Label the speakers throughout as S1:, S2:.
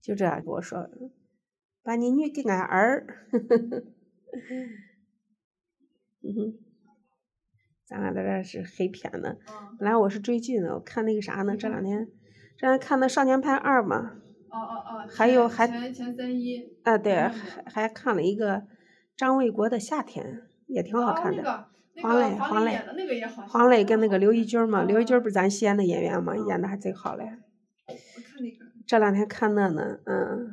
S1: 就这样跟我说，把你女给俺儿， 嗯哼，咱俩在这是黑片呢。
S2: 嗯，
S1: 本来我是追剧呢，我看那个啥呢，这两
S2: 嗯
S1: 天这两天看那《少年派二》嘛，
S2: 哦哦哦，
S1: 还有
S2: 前
S1: 还
S2: 前前三一，
S1: 啊，对，
S2: 嗯
S1: 还还看了一个张卫国的《夏天》，也挺好看的。
S2: 哦那个、那
S1: 黄
S2: 个
S1: 磊黄磊
S2: 演的那个也好像，
S1: 黄磊跟那个刘一军儿嘛，刘一军儿
S2: 嗯
S1: 不是咱西安的演员嘛，
S2: 嗯
S1: 演的还贼好嘞。
S2: 我看那个，
S1: 这两天看那呢，嗯，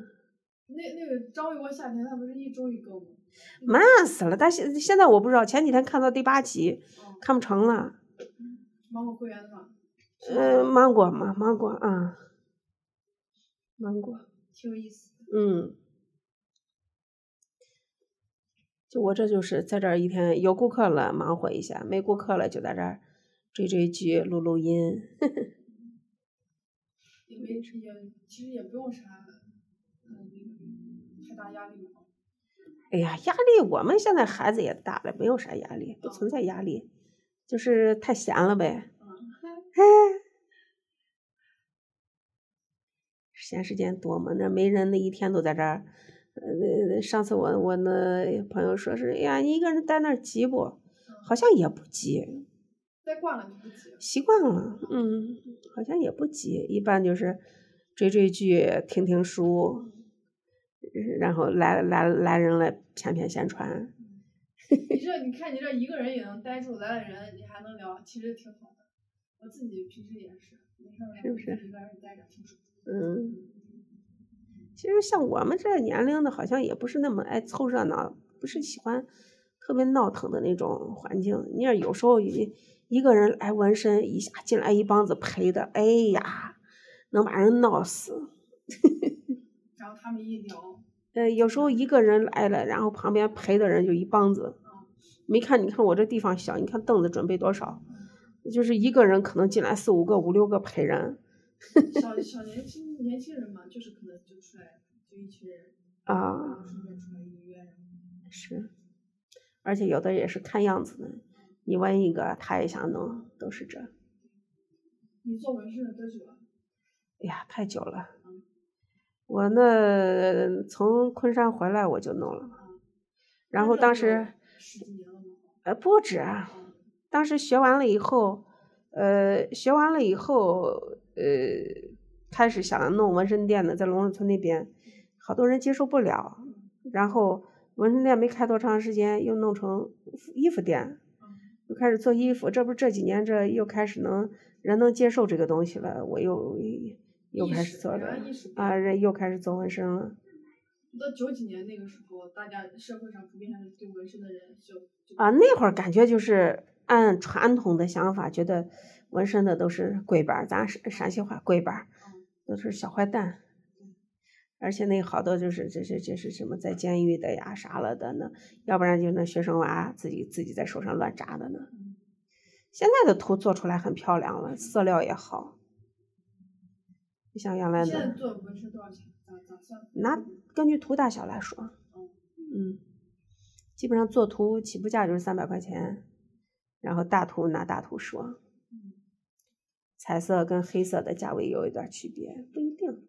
S2: 那那个张卫国夏天他不是一周一更吗？
S1: 慢死了。但现现在我不知道，前几天看到第八集，
S2: 哦，
S1: 看不成了。
S2: 芒果会员嘛，
S1: 嗯、芒果嘛，芒果啊、芒果，
S2: 挺有意思的。
S1: 嗯。就我这就是在这儿一天有顾客了忙活一下，没顾客了就在这儿追追剧、录录音。
S2: 也没也其实也不用啥，嗯，那个太大压力嘛。
S1: 哎呀，压力，我们现在孩子也大了，没有啥压力，不存在压力，就是太闲了呗。哎
S2: 嗯，
S1: 闲时间多嘛，那没人那一天都在这儿。呃，上次我我那朋友说是，哎呀，你一个人待那儿急不？好像也不急，
S2: 再惯了就不急了。
S1: 习惯了，嗯，好像也不急，一般就是追追剧、听听书，然后来来来人了，骗骗宣传。
S2: 你这你看你这一个人也能待住，来了人你还能聊，其实挺好的。我自己平时也是，没事儿
S1: 是不是
S2: 一个人待着挺舒服。
S1: 嗯，其实像我们这年龄的，好像也不是那么爱凑热闹，不是喜欢特别闹腾的那种环境。你要有时候一一个人来纹身，一下进来一帮子陪的，哎呀，能把人闹死。
S2: 然后他们一聊，
S1: 呃，有时候一个人来了，然后旁边陪的人就一帮子。没看，你看我这地方小，你看凳子准备多少，就是一个人可能进来四五个、五六个陪人
S2: 小小年轻年轻人嘛，就是可能就出来就一群人，然
S1: 啊。
S2: 后顺便出来约约，然后
S1: 是，而且有的也是看样子的，你问一个他也想弄，都是这。哎
S2: 你做纹身的多久啊了？
S1: 哎呀，太久了。我那从昆山回来我就弄了，然后当时
S2: 十几年了吗？
S1: 呃不止啊，
S2: 嗯
S1: 当时学完了以后，呃，学完了以后，呃，开始想弄纹身店的，在龙胜村那边，好多人接受不了，然后纹身店没开多长时间，又弄成衣服店，又开始做衣服。这不是这几年这又开始能人能接受这个东西了，我又又
S2: 意
S1: 开
S2: 识
S1: 始做
S2: 人
S1: 了
S2: 家意识
S1: 啊，人又开始做纹身了。
S2: 到九几年那个时候，大家社会上普遍还是对纹身的人就就
S1: 啊，那会儿感觉就是按传统的想法，觉得纹身的都是龟板儿，咱陕陕西话龟板儿
S2: 嗯
S1: 都是小坏蛋，而且那好多就是这是这是什么在监狱的呀啥了的呢，要不然就那学生娃自己自己在手上乱扎的呢。
S2: 嗯
S1: 现在的图做出来很漂亮了，色料也好，不像原来
S2: 现在
S1: 的。
S2: 做纹身多少钱？咋咋算？嗯
S1: 拿根据图大小来说，啊
S2: 哦
S1: 嗯，基本上做图起步价就是三百块钱，然后大图拿大图说，
S2: 嗯
S1: 彩色跟黑色的价位有一段区别，不一定，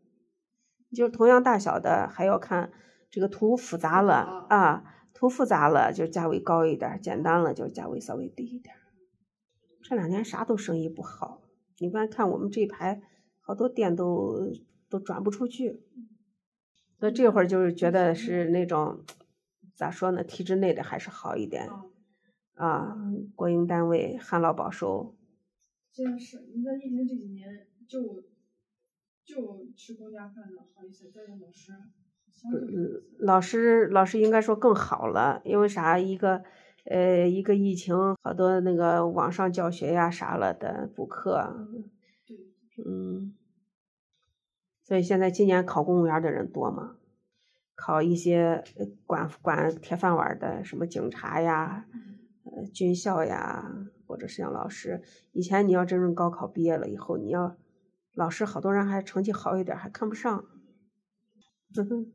S1: 就是同样大小的还要看这个图复杂了
S2: 复杂
S1: 啊，图复杂了就价位高一点儿，简单了就价位稍微低一点儿。这两年啥都生意不好，你不然看我们这一排好多店都都转不出去，所以这会儿就是觉得是那种咋说呢，体制内的还是好一点
S2: 啊，
S1: 啊，国营单位旱涝保收，
S2: 现在是你在疫情这几年就就吃公家饭的好一些，但是老师相对
S1: 嗯，老师老师应该说更好了，因为啥？一个呃，一个疫情，好多那个网上教学呀啥了的补课，
S2: 嗯对
S1: 嗯，所以现在今年考公务员的人多嘛？考一些呃管管铁饭碗的，什么警察呀、呃军校呀，或者是像老师。以前你要真正高考毕业了以后，你要老师好多人还成绩好一点儿还看不上，嗯哼，